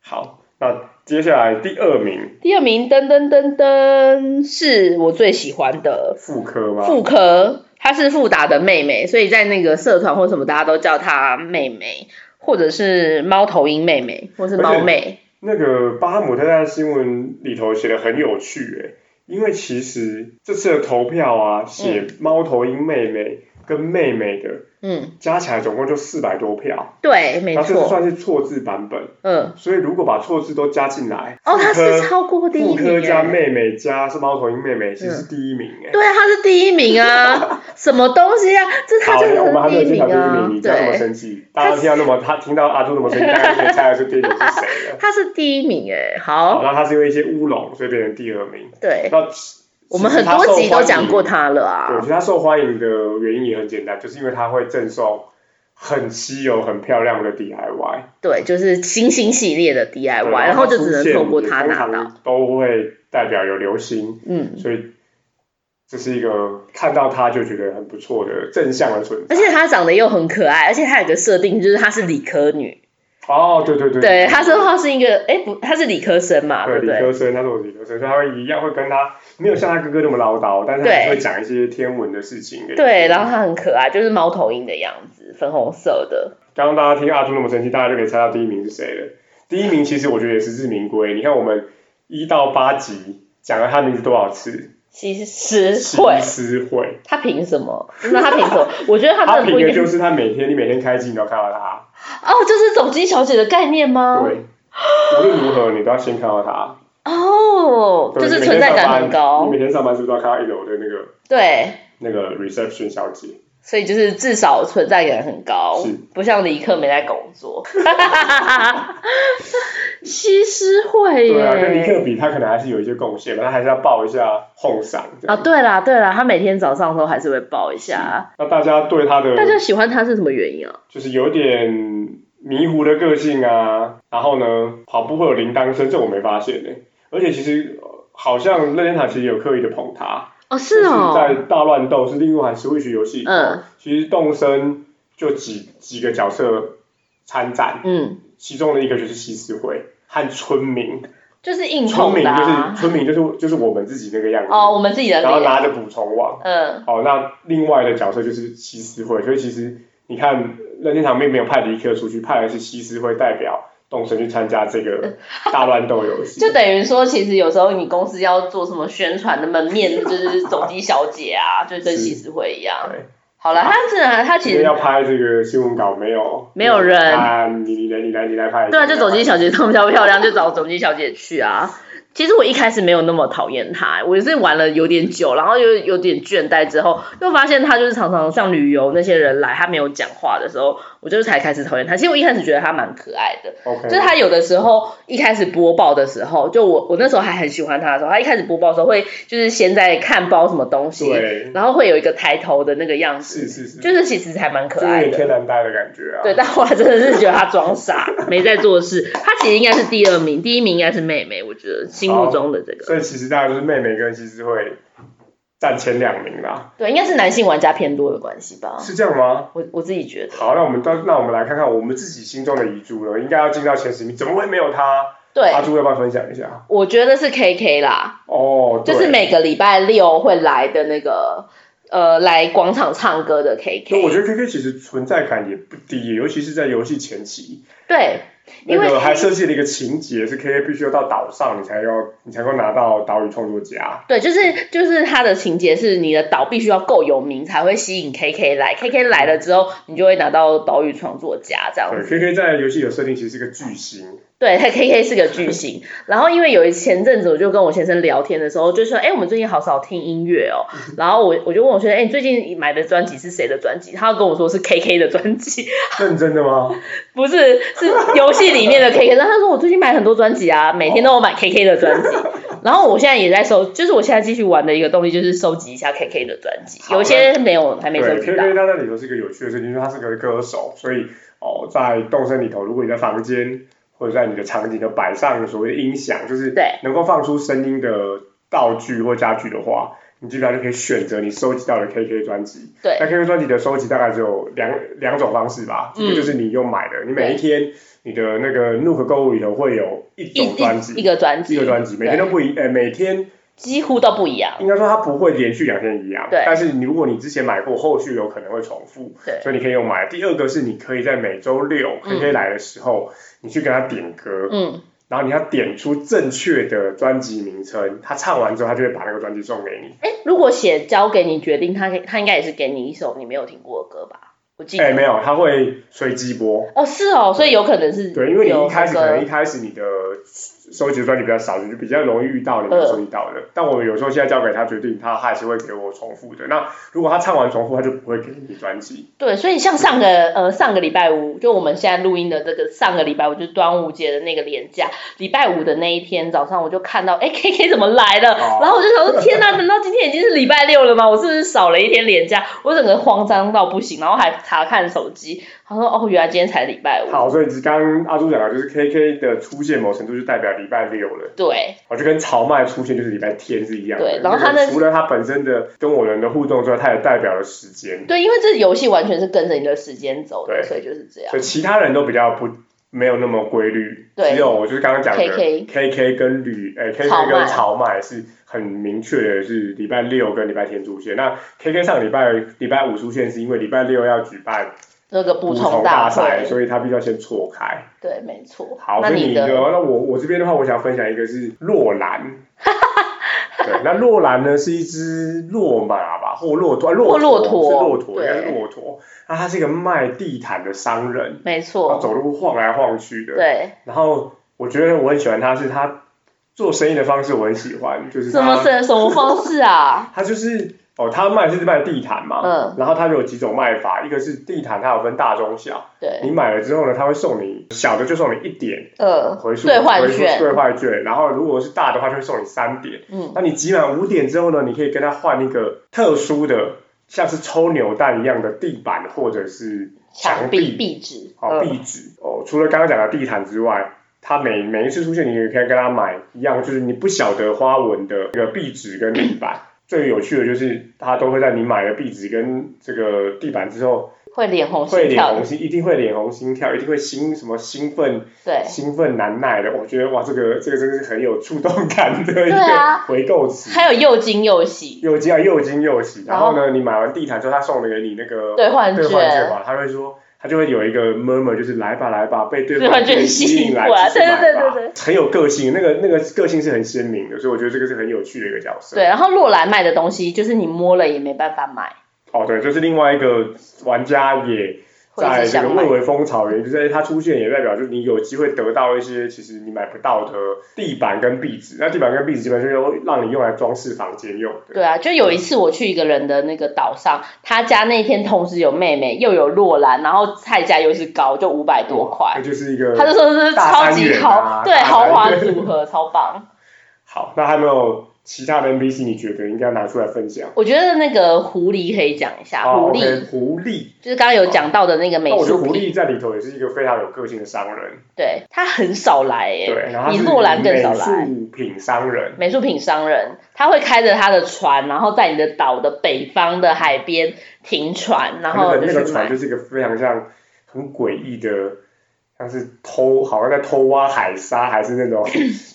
Speaker 1: 好，那接下来第二名
Speaker 2: 第二名，噔噔噔噔，是我最喜欢的
Speaker 1: 妇科吗？
Speaker 2: 妇科，她是富达的妹妹，所以在那个社团或什么，大家都叫她妹妹，或者是猫头鹰妹妹，或是猫妹。
Speaker 1: 那个巴哈姆特在新闻里头写的很有趣诶，因为其实这次的投票啊，写猫头鹰妹妹跟妹妹的、
Speaker 2: 嗯，
Speaker 1: 加起来总共就四百多票，
Speaker 2: 对，没
Speaker 1: 然后这是
Speaker 2: 错，
Speaker 1: 算是错字版本，
Speaker 2: 嗯，
Speaker 1: 所以如果把错字都加进来，
Speaker 2: 哦，他
Speaker 1: 妇科
Speaker 2: 是超过第一
Speaker 1: 妇科
Speaker 2: 名
Speaker 1: 加
Speaker 2: 耶，
Speaker 1: 妹妹加是猫头鹰妹妹，其实是第一名诶。
Speaker 2: 对啊，他是第一 名啊，什么东西啊？这他
Speaker 1: 好，
Speaker 2: 就是
Speaker 1: 我们还没有
Speaker 2: 第一
Speaker 1: 揭
Speaker 2: 名
Speaker 1: 晓第一
Speaker 2: 啊
Speaker 1: 名，你，不要那么
Speaker 2: 对，
Speaker 1: 生气。大家听到那么他听到阿朱那么生气，大家可以猜得出第一名是谁 了。
Speaker 2: 他是第一名哎，
Speaker 1: 好，
Speaker 2: 好，
Speaker 1: 那他是因为一些乌龙，所以变成第二名。
Speaker 2: 对，
Speaker 1: 那
Speaker 2: 我们很多集都讲过
Speaker 1: 他
Speaker 2: 他了
Speaker 1: 受欢迎。对，其
Speaker 2: 啊，
Speaker 1: 实他受欢迎的原因也很简单，就是因为他会赠送很稀有、很漂亮的 DIY。
Speaker 2: 对，就是星星系列的 DIY，然后就只能透过他拿到，，
Speaker 1: 都会代表有流星，
Speaker 2: 嗯，
Speaker 1: 所以这是一个看到他就觉得很不错的正向的存在
Speaker 2: 而。且他长得又很可爱，而且他有个设定就是他是理科女，
Speaker 1: 哦，对对对，
Speaker 2: 对，他说他是一个，哎，不，他是理科生嘛，对
Speaker 1: 对
Speaker 2: 不
Speaker 1: 理
Speaker 2: 对？
Speaker 1: 科生，他是我理科生，所以他会一样会跟他没有像他哥哥那么唠叨，但是他还是会讲一些天文的事情给你。
Speaker 2: 对，然后他很可爱，就是猫头鹰的样子，粉红色的。
Speaker 1: 刚刚大家听阿朱那么生气，大家就可以猜到第一名是谁了。第一名其实我觉得也实至名归，你看我们一到八集讲了他名字多少次，
Speaker 2: 西施
Speaker 1: 西
Speaker 2: 会，
Speaker 1: 施惠，
Speaker 2: 他凭 什么？那他凭什么？我觉得他
Speaker 1: 他
Speaker 2: 真的
Speaker 1: 凭
Speaker 2: 不应
Speaker 1: 的
Speaker 2: 该。
Speaker 1: 就是他每天你每天开机你都要看到他，
Speaker 2: 哦，这是走机小姐的概念吗？
Speaker 1: 对，无论如何你都要先看到他，
Speaker 2: 哦，
Speaker 1: 对
Speaker 2: 就是
Speaker 1: 你每天
Speaker 2: 存在
Speaker 1: 上
Speaker 2: 感
Speaker 1: 班
Speaker 2: 很高
Speaker 1: 你每。天上班是不是都要看到一楼的那个
Speaker 2: 对，
Speaker 1: 那个 reception 小姐？
Speaker 2: 所以就是至少存在感很高
Speaker 1: 是，
Speaker 2: 不像李克没在工 作。西施会
Speaker 1: 对啊，跟尼
Speaker 2: 耶。
Speaker 1: 克比，他可能还是有一些贡献吧，他还是要报一下哄赏这
Speaker 2: 啊，
Speaker 1: 样。
Speaker 2: 对啦对啦，他每天早上都还是会抱一下。
Speaker 1: 那大家对他的
Speaker 2: 大家喜欢他是什么原因啊？
Speaker 1: 就是有点迷糊的个性啊，然后呢，跑步会有铃铛声，这我没发现呢、而且其实呃好像任天堂其实有刻意的捧他，
Speaker 2: 哦，是
Speaker 1: 就是
Speaker 2: 哦，
Speaker 1: 在大乱斗是另外一款 Switch 游戏，
Speaker 2: 嗯
Speaker 1: 其实动森就几几个角色参战，
Speaker 2: 嗯，
Speaker 1: 其中的一个就是西施惠和村民，
Speaker 2: 就是硬
Speaker 1: 村
Speaker 2: 捧
Speaker 1: 民
Speaker 2: 的
Speaker 1: 就是
Speaker 2: 啊。
Speaker 1: 村民就是就是我们自己那个样子，
Speaker 2: 哦，我们自己的
Speaker 1: 然后
Speaker 2: 脸。
Speaker 1: 拿着捕虫网。
Speaker 2: 嗯，
Speaker 1: 哦，那另外的角色就是西斯会，所以其实你看任天堂并没有派迪克出去，派的是西斯会代表动身去参加这个大乱斗游戏。
Speaker 2: 就等于说，其实有时候你公司要做什么宣传的门面，
Speaker 1: 啊
Speaker 2: 就是走机小姐啊，就跟西施会一样。
Speaker 1: 对，
Speaker 2: 好了，他自然啊他其
Speaker 1: 因为
Speaker 2: 实
Speaker 1: 要拍这个新闻稿没有
Speaker 2: 没有人
Speaker 1: 啊，你你来你来你来拍，
Speaker 2: 对啊，就走机
Speaker 1: 进
Speaker 2: 小姐她们漂漂亮，就找走机小姐去啊。其实我一开始没有那么讨厌她，我也是玩了有点久，然后又有点倦怠之后，又发现她就是常常像旅游那些人来，她没有讲话的时候，我就才开始讨厌她。其实我一开始觉得她蛮可爱的，
Speaker 1: ，OK，
Speaker 2: 就是他有的时候一开始播报的时候，就我我那时候还很喜欢他的时候，他一开始播报的时候会就是先在看包什么东西，
Speaker 1: 对，
Speaker 2: 然后会有一个抬头的那个样子，
Speaker 1: 是是是，
Speaker 2: 就是其实还蛮可
Speaker 1: 就有
Speaker 2: 爱
Speaker 1: 点
Speaker 2: 的。
Speaker 1: 天然呆的感觉啊。
Speaker 2: 对，，但我还真的是觉得他装傻， 没在做事。他其实应该是第二名，第一名应该是妹妹，我觉得心目中的这个，
Speaker 1: 所以其实大家就是妹妹跟西斯会占前两名啦，
Speaker 2: 对，应该是男性玩家偏多的关系吧。
Speaker 1: 是这样吗？
Speaker 2: 我我自己觉得，
Speaker 1: 好，那我们到那我们来看看我们自己心中的遗珠了，应该要进到前十名，怎么会没有他？
Speaker 2: 对，
Speaker 1: 阿朱要不要分享一下？
Speaker 2: 我觉得是 KK 啦。
Speaker 1: 哦，对
Speaker 2: 就是。每个礼拜六会来的那个呃来广场唱歌的 KK。
Speaker 1: 那我觉得 KK 其实存在感也不低，尤其是在游戏前期，
Speaker 2: 对，因
Speaker 1: 那
Speaker 2: 为
Speaker 1: 个还
Speaker 2: K-
Speaker 1: 设计了一个情节，是 KK 必须要到岛上，你才要你才能拿到岛屿创作家。
Speaker 2: 对，就是就是它的情节是你的岛必须要够有名才会吸引 KK 来，KK 来了之后你就会拿到岛屿创作家这样
Speaker 1: 对
Speaker 2: 子。
Speaker 1: ，KK 在游戏有设定，其实是个巨星，
Speaker 2: 对，他 KK 是个巨星。然后因为有一前阵子我就跟我先生聊天的时候，就说，哎、我们最近好少听音乐哦。
Speaker 1: 嗯
Speaker 2: 然后我我就问我先生，哎、你最近买的专辑是谁的专辑？他跟我说是 KK 的专辑。
Speaker 1: 认真的吗？
Speaker 2: 不是，是游戏里面的 KK。但他说我最近买很多专辑啊，每天都有买 KK 的 专辑。然后我现在也在收，就是我现在继续玩的一个动力就是收集一下 KK 的专辑，
Speaker 1: 好
Speaker 2: 有一些没有还没
Speaker 1: 对
Speaker 2: 收集到。
Speaker 1: ，KK 他在里头是一个有趣的设定，就是他是个歌手，所以哦，在动森里头，如果你在房间或者在你的场景的摆上所谓的音响，就是
Speaker 2: 对
Speaker 1: 能够放出声音的道具或家具的话，你基本上就可以选择你收集到的 KK 专辑。
Speaker 2: 对
Speaker 1: 那 KK 专辑的收集大概只有两两种方式吧，
Speaker 2: 嗯
Speaker 1: 一个就是你用买的，你每一天你的那个 Nook 购物里头会有一
Speaker 2: 一
Speaker 1: 种专
Speaker 2: 一一
Speaker 1: 辑，
Speaker 2: 个专辑，
Speaker 1: 一个专辑，每天都不一，呃，每天
Speaker 2: 几乎都不一样。
Speaker 1: 应该说它不会连续两天一样，
Speaker 2: 对
Speaker 1: 但是你如果你之前买过，后续有可能会重复，
Speaker 2: 对
Speaker 1: 所以你可以用买。第二个是你可以在每周六
Speaker 2: 嗯
Speaker 1: KK 来的时候，你去跟他点歌，
Speaker 2: 嗯，
Speaker 1: 然后你要点出正确的专辑名称，他唱完之后，他就会把那个专辑送给你。
Speaker 2: 哎，如果写交给你决定，他给他应该也是给你一首你没有听过的歌吧？我记
Speaker 1: 哎，
Speaker 2: 得。
Speaker 1: 没有，他会随机播。
Speaker 2: 哦，是哦，所以有可能是
Speaker 1: 对，因为你
Speaker 2: 有
Speaker 1: 一开始
Speaker 2: 那
Speaker 1: 可
Speaker 2: 个
Speaker 1: 能一开始你的收集的专辑比较少，你就比较容易遇到你没有收集到
Speaker 2: 嗯
Speaker 1: 的。但我有时候现在交给他决定，他还是会给我重复的。那如果他唱完重复，他就不会给你专辑。
Speaker 2: 对，所以像上个呃上个礼拜五，就我们现在录音的这个上个礼拜五，就是端午节的那个连假，礼拜五的那一天早上，我就看到哎 K K 怎么来了，
Speaker 1: 哦
Speaker 2: 然后我就想说天呐，难道今天已经是礼拜六了吗？我是不是少了一天连假？我整个慌张到不行，然后还查看手机，他说哦原来今天才礼拜五，
Speaker 1: 好，所以刚刚阿朱讲的就是 KK 的出现，某程度就代表礼拜六了。
Speaker 2: 对
Speaker 1: 我哦就跟曹麦出现就是礼拜天是一样的。
Speaker 2: 对然后他那
Speaker 1: 就是除了他本身的跟我人的互动之外，他也代表了时间，
Speaker 2: 对，因为这游戏完全是跟着你的时间走的，
Speaker 1: 对
Speaker 2: 所以就是这样
Speaker 1: 所。以其他人都比较不没有那么规律。
Speaker 2: 对
Speaker 1: 只有我就是刚刚讲的
Speaker 2: KK
Speaker 1: KK 跟吕，呃 KK
Speaker 2: 草麦
Speaker 1: 跟曹麦是很明确的，是礼拜六跟礼拜天出现。那 KK 上礼拜礼拜五出现是因为礼拜六要举办
Speaker 2: 那个补充
Speaker 1: 充
Speaker 2: 大
Speaker 1: 赛，
Speaker 2: 会，
Speaker 1: 所以他必须要先错开。
Speaker 2: 对，没错。
Speaker 1: 好，
Speaker 2: 那
Speaker 1: 所以
Speaker 2: 你
Speaker 1: 你的
Speaker 2: 的
Speaker 1: 那我我这边的话，我想分享一个是洛兰，对，那洛兰呢是一只骆马吧，或骆驼，啊骆
Speaker 2: 或骆
Speaker 1: 驼
Speaker 2: 驼
Speaker 1: 是骆驼，应
Speaker 2: 对
Speaker 1: 该是骆驼。那他是一个卖地毯的商人，
Speaker 2: 没
Speaker 1: 他
Speaker 2: 错，
Speaker 1: 走路晃来晃去的。
Speaker 2: 哦对，
Speaker 1: 然后我觉得我很喜欢他，是他做生意的方式我很喜欢，就是
Speaker 2: 什么
Speaker 1: 他
Speaker 2: 什什么方式啊？
Speaker 1: 他就是哦，他卖是卖地毯嘛，
Speaker 2: 嗯，
Speaker 1: 然后他有几种卖法，一个是地毯，它有分大中小，你
Speaker 2: 对，
Speaker 1: 买了之后呢，他会送你小的就送你一点
Speaker 2: 呃，
Speaker 1: 回数
Speaker 2: 兑换
Speaker 1: 回数
Speaker 2: 券
Speaker 1: 兑换券，然后如果是大的话就会送你三点。
Speaker 2: 嗯，
Speaker 1: 那你集满五点之后呢，你可以跟他换一个特殊的，像是抽扭蛋一样的地板或者是墙
Speaker 2: 壁
Speaker 1: 壁、
Speaker 2: 壁纸，
Speaker 1: 哦
Speaker 2: 嗯
Speaker 1: 壁纸哦。除了刚刚讲的地毯之外，他每每一次出现，你也可以跟他买一样，就是你不晓得花纹的那个壁纸跟地 板。最有趣的就是，他都会在你买了壁纸跟这个地板之后，
Speaker 2: 会脸红
Speaker 1: 会
Speaker 2: 心
Speaker 1: 脸
Speaker 2: 跳
Speaker 1: 红，心，一定会脸红心跳，一定会兴什么兴奋
Speaker 2: 对，
Speaker 1: 兴奋难耐的。我觉得哇，这个这个真的是很有触动感的一
Speaker 2: 对
Speaker 1: 个
Speaker 2: 啊
Speaker 1: 回购词。
Speaker 2: 还有又惊又喜，
Speaker 1: 又惊啊又惊又喜。
Speaker 2: 然
Speaker 1: 然
Speaker 2: 后
Speaker 1: 后呢，你买完地毯之后，他送了给你那个
Speaker 2: 兑换
Speaker 1: 兑换券
Speaker 2: 券，
Speaker 1: 嘛，他会说。他就会有一个 murmur，就是来吧来吧，被兑
Speaker 2: 兑换券
Speaker 1: 券
Speaker 2: 吸引
Speaker 1: 引来，
Speaker 2: 过来
Speaker 1: 继续买吧
Speaker 2: 对对对对，
Speaker 1: 很有个性，那个那个个性是很鲜明的，所以我觉得这个是很有趣的一个角色。
Speaker 2: 对，然后洛兰卖的东西就是你摸了也没办法买，
Speaker 1: 哦对，就是另外一个玩家也
Speaker 2: 会一
Speaker 1: 在
Speaker 2: 直
Speaker 1: 这个
Speaker 2: 想买
Speaker 1: 蔚，为风潮，也就是哎他出现也代表就是你有机会得到一些其实你买不到的地板跟壁纸，那地板跟壁纸基本上就是让你用来装饰房间用的。
Speaker 2: 对啊，就有一次我去一个人的那个岛上，他家那天同时有妹妹又有洛兰，然后菜价又是高，就五百多块
Speaker 1: 那，就是一个
Speaker 2: 他就说这是
Speaker 1: 大
Speaker 2: 超
Speaker 1: 三
Speaker 2: 级
Speaker 1: 元
Speaker 2: 豪，
Speaker 1: 啊
Speaker 2: 对
Speaker 1: 大三
Speaker 2: 豪华
Speaker 1: 元
Speaker 2: 组合，超棒。
Speaker 1: 好，那还有没有其他的 NPC 你觉得应该拿出来分享？
Speaker 2: 我觉得那个狐狸可以讲一下，
Speaker 1: 哦
Speaker 2: 啊狐狸
Speaker 1: OK，狐狸，
Speaker 2: 就是刚刚有讲到的那个美
Speaker 1: 那我觉得
Speaker 2: 术
Speaker 1: 狐
Speaker 2: 品，
Speaker 1: 狸在里头也是一个非常有个性的商人，
Speaker 2: 对他很少来
Speaker 1: 对，
Speaker 2: 耶
Speaker 1: 然，后
Speaker 2: 比
Speaker 1: 他是
Speaker 2: 洛兰更少来。
Speaker 1: 美术品商人，
Speaker 2: 美术品商人，他会开着他的船，然后在你的岛的北方的海边停船，然后
Speaker 1: 那个那个
Speaker 2: 去
Speaker 1: 船
Speaker 2: 买。
Speaker 1: 就是一个非常像很诡异的，像是偷好像在偷挖海沙还是那种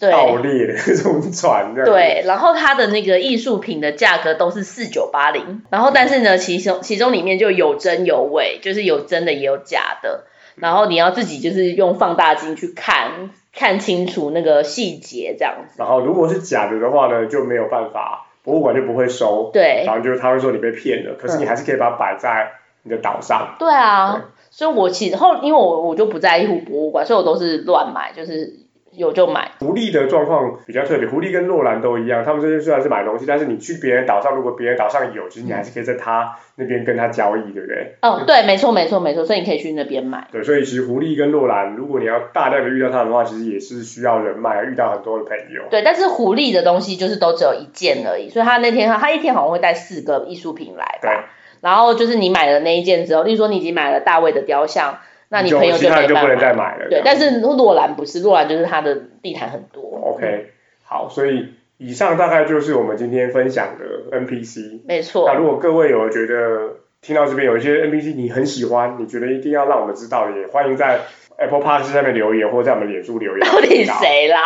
Speaker 1: 盗
Speaker 2: 对
Speaker 1: 猎的那种船这样。，
Speaker 2: 对，然后他的那个艺术品的价格都是四九八零，然后但是呢，其中其中里面就有真有伪，就是有真的也有假的，然后你要自己就是用放大镜去看看清楚那个细节这样子。
Speaker 1: 然后如果是假的的话呢，就没有办法，博物馆就不会收，
Speaker 2: 对，嗯
Speaker 1: 然后就是他会说你被骗了，可是你还是可以把它摆在你的岛上。
Speaker 2: 对
Speaker 1: 对
Speaker 2: 啊，所以我其实后因为我我就不在乎博物馆，所以我都是乱买，就是有就买。
Speaker 1: 狐狸的状况比较特别，狐狸跟诺兰都一样，他们这边虽然是买东西，但是你去别人岛上，如果别人岛上有，
Speaker 2: 嗯
Speaker 1: 其实你还是可以在他那边跟他交易，对不对？
Speaker 2: 哦，对，没错没错没错，所以你可以去那边买。
Speaker 1: 对，所以其实狐狸跟诺兰，如果你要大量的遇到他的话，其实也是需要人脉，遇到很多的朋友。
Speaker 2: 对，但是狐狸的东西就是都只有一件而已，所以他那天他一天好像会带四个艺术品来
Speaker 1: 对
Speaker 2: 吧。然后就是你买了那一件之后，例如说你已经买了大卫的雕像，那你
Speaker 1: 就
Speaker 2: 朋友
Speaker 1: 其他
Speaker 2: 没
Speaker 1: 人就不
Speaker 2: 办
Speaker 1: 能
Speaker 2: 法。
Speaker 1: 再买了。
Speaker 2: 对，但是洛兰不是，洛兰就是他的地毯很多。
Speaker 1: OK，好，所以以上大概就是我们今天分享的 NPC。
Speaker 2: 没
Speaker 1: 那
Speaker 2: 错，
Speaker 1: 如果各位有觉得听到这边有一些 NPC 你很喜欢，你觉得一定要让我们知道的，也欢迎在 Apple Park 下面留言，或者在我们脸书留言。
Speaker 2: 到底谁啦？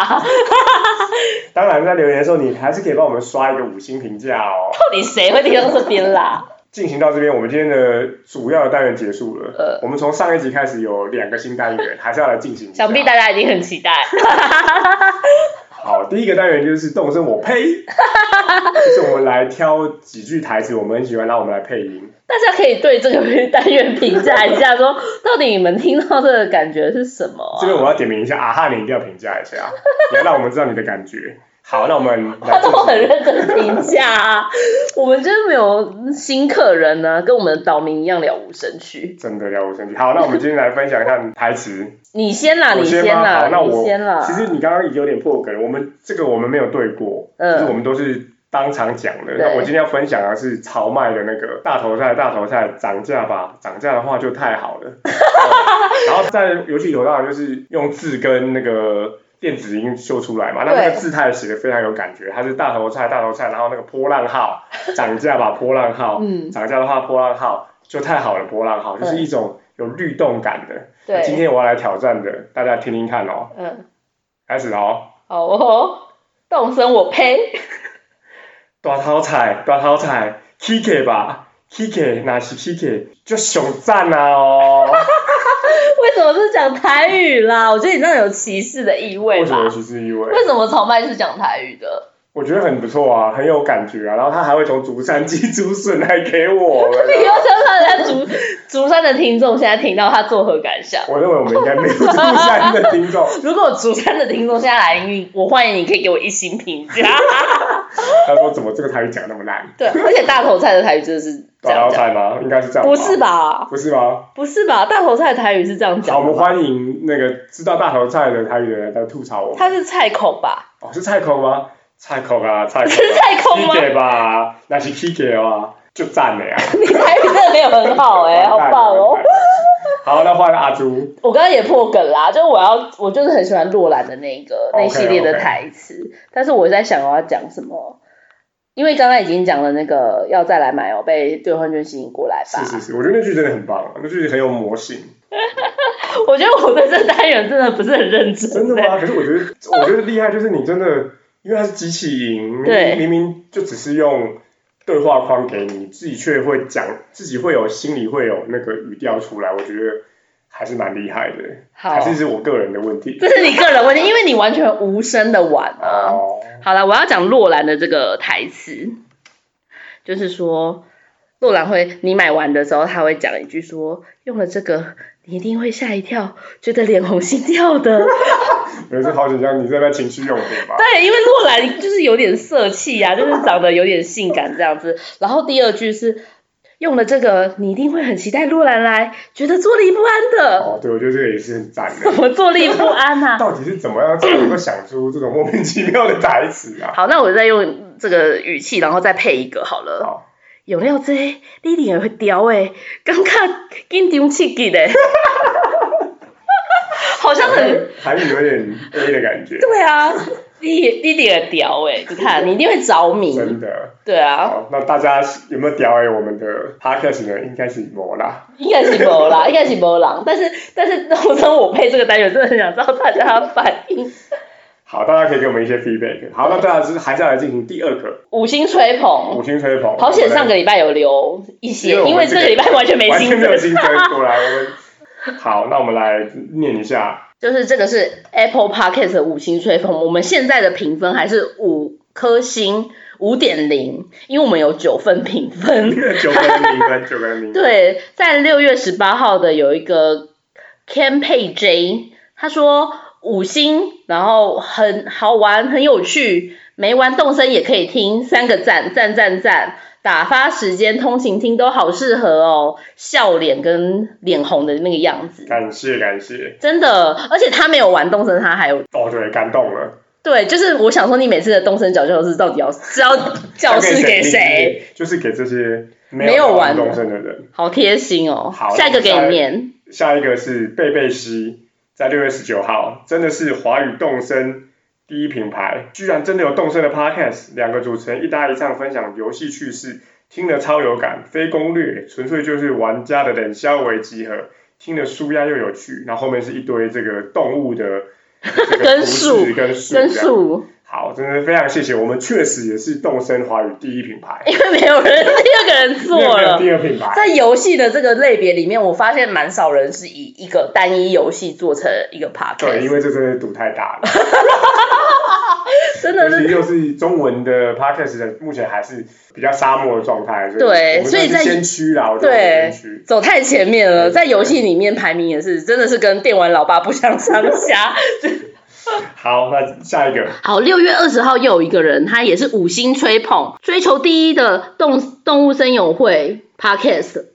Speaker 1: 当然，在留言的时候，你还是可以帮我们刷一个五星评价哦。
Speaker 2: 到底谁会听到这边啦？
Speaker 1: 进行到这边，我们今天的主要的单元结束了。
Speaker 2: 呃
Speaker 1: 我们从上一集开始有两个新单元，还是要来进行一下。
Speaker 2: 想必大家已经很期待。
Speaker 1: 好，第一个单元就是动身，我 呸，就是我们来挑几句台词我们很喜欢，然后我们来配音。
Speaker 2: 大家可以对这个单元评价一下，说到底你们听到这个感觉是什么、
Speaker 1: 这
Speaker 2: 啊？
Speaker 1: 边我要点名一下，啊哈，你一定要评价一下，你要让我们知道你的感觉。好，那我们
Speaker 2: 他
Speaker 1: 来
Speaker 2: 都
Speaker 1: 进
Speaker 2: 很
Speaker 1: 行。
Speaker 2: 认真评价啊，我们真的没有新客人呢、跟我们的岛民一样了无生趣。
Speaker 1: 真的了无生气。好，那我们今天来分享一下台词。
Speaker 2: 你先啦，
Speaker 1: 我
Speaker 2: 你
Speaker 1: 先吗？
Speaker 2: 啦
Speaker 1: 好，，那
Speaker 2: 你
Speaker 1: 我
Speaker 2: 先啦。
Speaker 1: 其实你刚刚有点破梗，我们这个我们没有对过，
Speaker 2: 嗯
Speaker 1: 就是我们都是当场讲的。
Speaker 2: 对
Speaker 1: 那我今天要分享的是潮麦的那个大头菜，大头菜涨价吧，涨价的话就太好 了。哦然后在游戏里头当然就是用字跟那个。电子音秀出来嘛，那那个
Speaker 2: 对
Speaker 1: 字态写的非常有感觉，它是大头菜，大头菜，然后那个波浪 号涨价吧，波浪号，
Speaker 2: 嗯
Speaker 1: 涨价的话波浪号就太好了，波浪号就是
Speaker 2: 对
Speaker 1: 一种有律动感的，那今
Speaker 2: 对，
Speaker 1: 天我要来挑战的，大家听听看哦。
Speaker 2: 嗯，
Speaker 1: 开始哦，
Speaker 2: 好哦，动身我呸，
Speaker 1: 大头菜，大头菜，Kiki 吧，Kiki 哪是 Kiki？就熊赞啊哦。
Speaker 2: 为什么是讲台语啦？我觉得你这样有歧视的意味
Speaker 1: 为什么
Speaker 2: 吧？
Speaker 1: 其实因为
Speaker 2: 为什么朝麦是讲台语的？
Speaker 1: 我觉得很不错啊，很有感觉啊。然后他还会从竹山寄竹笋来给我们
Speaker 2: 你要想想人家竹竹山的听众现在听到他作何感想？
Speaker 1: 我认为我们应该没有竹山的听众。
Speaker 2: 如果竹山的听众现在来营运，我欢迎你可以给我一星评 价。
Speaker 1: 他说怎么这个台语讲那么烂？
Speaker 2: 对，而且大头菜的台语真的是这
Speaker 1: 大
Speaker 2: 样
Speaker 1: 道
Speaker 2: 讲，
Speaker 1: 菜吗？应该是这样。
Speaker 2: 不是？吧？
Speaker 1: 不是吗？
Speaker 2: 不是吧？大头菜的台语是这样
Speaker 1: 好，
Speaker 2: 讲
Speaker 1: 我们
Speaker 2: 的吗，
Speaker 1: 欢迎那个知道大头菜的台语的人来吐槽我们。
Speaker 2: 他是菜口 吧？
Speaker 1: 哦，是菜口吗？菜口 啊，菜口、啊。
Speaker 2: 是菜口吗？
Speaker 1: Kiki 吧，那是 Kiki 啊，就赞了呀。
Speaker 2: 你台语真的没有很好哎、好
Speaker 1: 完蛋了
Speaker 2: 棒哦！！
Speaker 1: 完蛋了 好，那换阿 朱。
Speaker 2: 我刚刚也破梗啦，就是我要，我就是很喜欢洛兰的那个
Speaker 1: OK，
Speaker 2: 那系列的台
Speaker 1: 哦
Speaker 2: 词但是我在想我要讲什么，因为刚刚已经讲了那个要再来买哦，被兑换券吸引过来吧。
Speaker 1: 是是是，我觉得那句真的很棒，啊那句很有魔性。
Speaker 2: 我觉得我对这单元真的不是很认真。欸
Speaker 1: 真的吗？可是我觉得，我觉得厉害就是你真的，因为它是机器音，明
Speaker 2: 对
Speaker 1: 明明明就只是用对话框给你，自己却会讲，自己会有心里会有那个语调出来，我觉得还是蛮厉害的。
Speaker 2: 好
Speaker 1: 还，是是我个人的问题。
Speaker 2: 这是你个人问题，因为你完全无声的玩啊。
Speaker 1: 哦，
Speaker 2: 好了，我要讲洛兰的这个台词，就是说洛兰会，你买完的时候，他会讲一句说，用了这个，你一定会吓一跳，觉得脸红心跳的。
Speaker 1: 有一次好紧张，你在那情绪用品吧？
Speaker 2: 对，因为洛兰就是有点色气呀、就是长得有点性感这样子。然后第二句是。用了这个，你一定会很期待洛兰来，觉得坐立不安的。
Speaker 1: 哦，对，我觉得这个也是很赞的。
Speaker 2: 怎么坐立不安啊？
Speaker 1: 到底是怎么样才能够想出这种莫名其妙的台词啊？
Speaker 2: 好，那我再用这个语气，然后再配一个好了。
Speaker 1: 好
Speaker 2: 有料这，你一定会调诶，感觉紧张刺激的， 好像 很
Speaker 1: 韩语有点 A 的感觉，
Speaker 2: 对啊，你你一定会调诶，你看你一定会着迷，
Speaker 1: 真的。
Speaker 2: 对啊，
Speaker 1: 好，那大家有没有屌哎？我们的 podcast 呢？应该是魔啦。
Speaker 2: 应该是无啦，应该是无人，但是但是我真我配这个单元，真的很想知道大家的反应，
Speaker 1: 好，大家可以给我们一些 feedback。好，那大家是还是要来进行第二个
Speaker 2: 五星吹捧
Speaker 1: 五。星吹捧。
Speaker 2: 好险，上个礼拜有留一些，因
Speaker 1: 因为我
Speaker 2: 为
Speaker 1: 们
Speaker 2: 这个礼拜完全没
Speaker 1: 完
Speaker 2: 新
Speaker 1: 全没有
Speaker 2: 增，
Speaker 1: 新增过来。我们好，那我们来念一 下。
Speaker 2: 就是这个是 Apple Podcast 的五星吹风，我们现在的评分还是五颗星，五点零，因为我们有九份评分。
Speaker 1: 九个人名分，九个人名分。
Speaker 2: 对，在六月十八号的有一个 Can Pay J，他说五星，然后很好玩，很有趣，没玩动森也可以听，三个赞，赞赞赞，打发时间通勤听都好适合哦，笑脸跟脸红的那个样子，
Speaker 1: 感谢感谢。
Speaker 2: 真的，而且他没有玩动森，他还有
Speaker 1: 哦，对，感动了。
Speaker 2: 对，就是我想说，你每次的动身脚教室到底要 是要教室给谁？？
Speaker 1: 就是给这些
Speaker 2: 没
Speaker 1: 没
Speaker 2: 有
Speaker 1: 有
Speaker 2: 玩
Speaker 1: 玩
Speaker 2: 的
Speaker 1: 动身的人。
Speaker 2: 好贴心哦！
Speaker 1: 好
Speaker 2: 下一个给
Speaker 1: 那我
Speaker 2: 你
Speaker 1: 们
Speaker 2: 念，
Speaker 1: 下一个是贝贝西，在六月十九号，真的是华语动身第一品牌，居然真的有动身的 podcast，两个主持人一搭一唱分享游戏趣事，听了超有感，非攻略，纯粹就是玩家的冷消为集合，听了舒压又有趣，然后后面是一堆这个动物的这个
Speaker 2: 跟
Speaker 1: 图
Speaker 2: 树
Speaker 1: 示跟树
Speaker 2: 跟
Speaker 1: 这样。
Speaker 2: 数，
Speaker 1: 好，真的非常谢谢，我们确实也是动身华语第一品牌，
Speaker 2: 因为没有人 第二个人做
Speaker 1: 没有
Speaker 2: 了。
Speaker 1: 第二品牌。
Speaker 2: 在游戏的这个类别里面，我发现蛮少人是以一个单一游戏做成一个 p a r k
Speaker 1: 对，因为这真的赌太大了。
Speaker 2: 真
Speaker 1: 尤
Speaker 2: 的
Speaker 1: 其
Speaker 2: 是
Speaker 1: 又是中文的 podcast 的，目前还是比较沙漠的状态，所以
Speaker 2: 对
Speaker 1: 我们
Speaker 2: 所以
Speaker 1: 算是
Speaker 2: 在
Speaker 1: 先驱啦，我觉得我
Speaker 2: 对
Speaker 1: 们先驱。
Speaker 2: 走太前面了，
Speaker 1: 对
Speaker 2: 在游戏里面排名也是真的是跟电玩老爸不相上下。
Speaker 1: 好，那下一个
Speaker 2: 好，六月二十号又有一个人，他也是五星吹捧，追求第一的动动物森友会 podcast。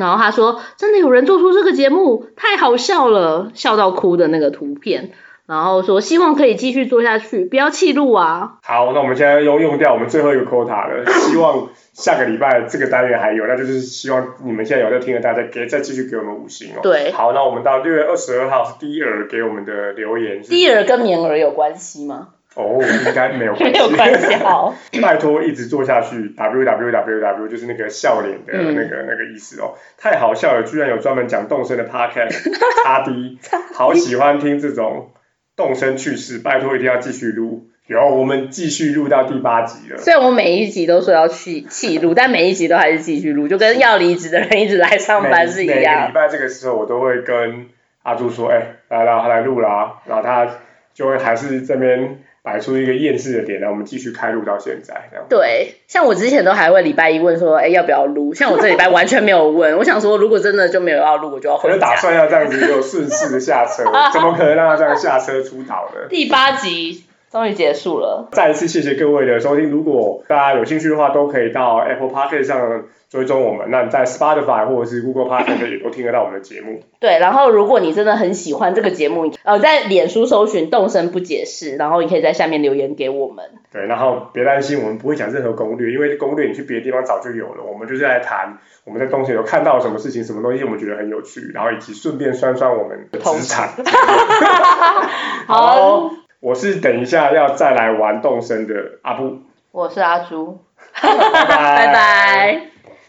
Speaker 2: 然后他说，真的有人做出这个节目，太好笑了，笑到哭的那个图片。然后说，希望可以继续做下去，不要弃路啊。
Speaker 1: 好，那我们现在用用掉我们最后一个 quota 了，希望下个礼拜这个单元还有，那就是希望你们现在有在听的大家给再继续给我们五星哦。
Speaker 2: 对
Speaker 1: 好，那我们到六月二十二号是第一耳给我们的留言是
Speaker 2: 第二跟棉儿有关系吗？
Speaker 1: 哦，应该没有关
Speaker 2: 没
Speaker 1: 系，
Speaker 2: 有关系，好。
Speaker 1: 拜托一直做下去，W W W W 就是那个笑脸的
Speaker 2: 嗯
Speaker 1: 那个、那个意思哦，太好笑了，居然有专门讲动身的 podcast，叉 D，好喜欢听这种动身趣事，拜托一定要继续录，有我们继续录到第八集了，
Speaker 2: 虽然我每一集都说要去弃录，但每一集都还是继续录，就跟要离职的人一直来上班是一
Speaker 1: 每每个
Speaker 2: 样
Speaker 1: 礼。拜这个时候我都会跟阿朱说，哎、来啦，来录啦，然后他就会还是这边摆出一个厌世的点来，我们继续开路到现在这样。
Speaker 2: 对，像我之前都还会礼拜一问说，哎，要不要录？像我这礼拜完全没有问，我想说，如果真的就没有要录，我就要
Speaker 1: 可
Speaker 2: 回
Speaker 1: 能打
Speaker 2: 家。
Speaker 1: 算要这样子就顺势的下车，怎么可能让他这样下车出逃呢？
Speaker 2: 第八集终于结束了，
Speaker 1: 再一次谢谢各位的收听，如果大家有兴趣的话，都可以到 Apple Podcast 上追踪我们。那你在 Spotify 或者是 Google Podcast 也都听得到我们的节目。
Speaker 2: 对。然后如果你真的很喜欢这个节目，呃，在脸书搜寻“动身不解释”，然后你可以在下面留言给我们。
Speaker 1: 对，然后别担心，我们不会讲任何攻略，因为攻略你去别的地方早就有了。我们就是来谈我们在东西有看到什么事情，什么东西我们觉得很有趣，然后以及顺便酸酸我们的职场。
Speaker 2: 好，哦
Speaker 1: 好，我是等一下要再来玩动身的阿布，
Speaker 2: 我是阿朱，
Speaker 1: 拜拜
Speaker 2: 拜拜。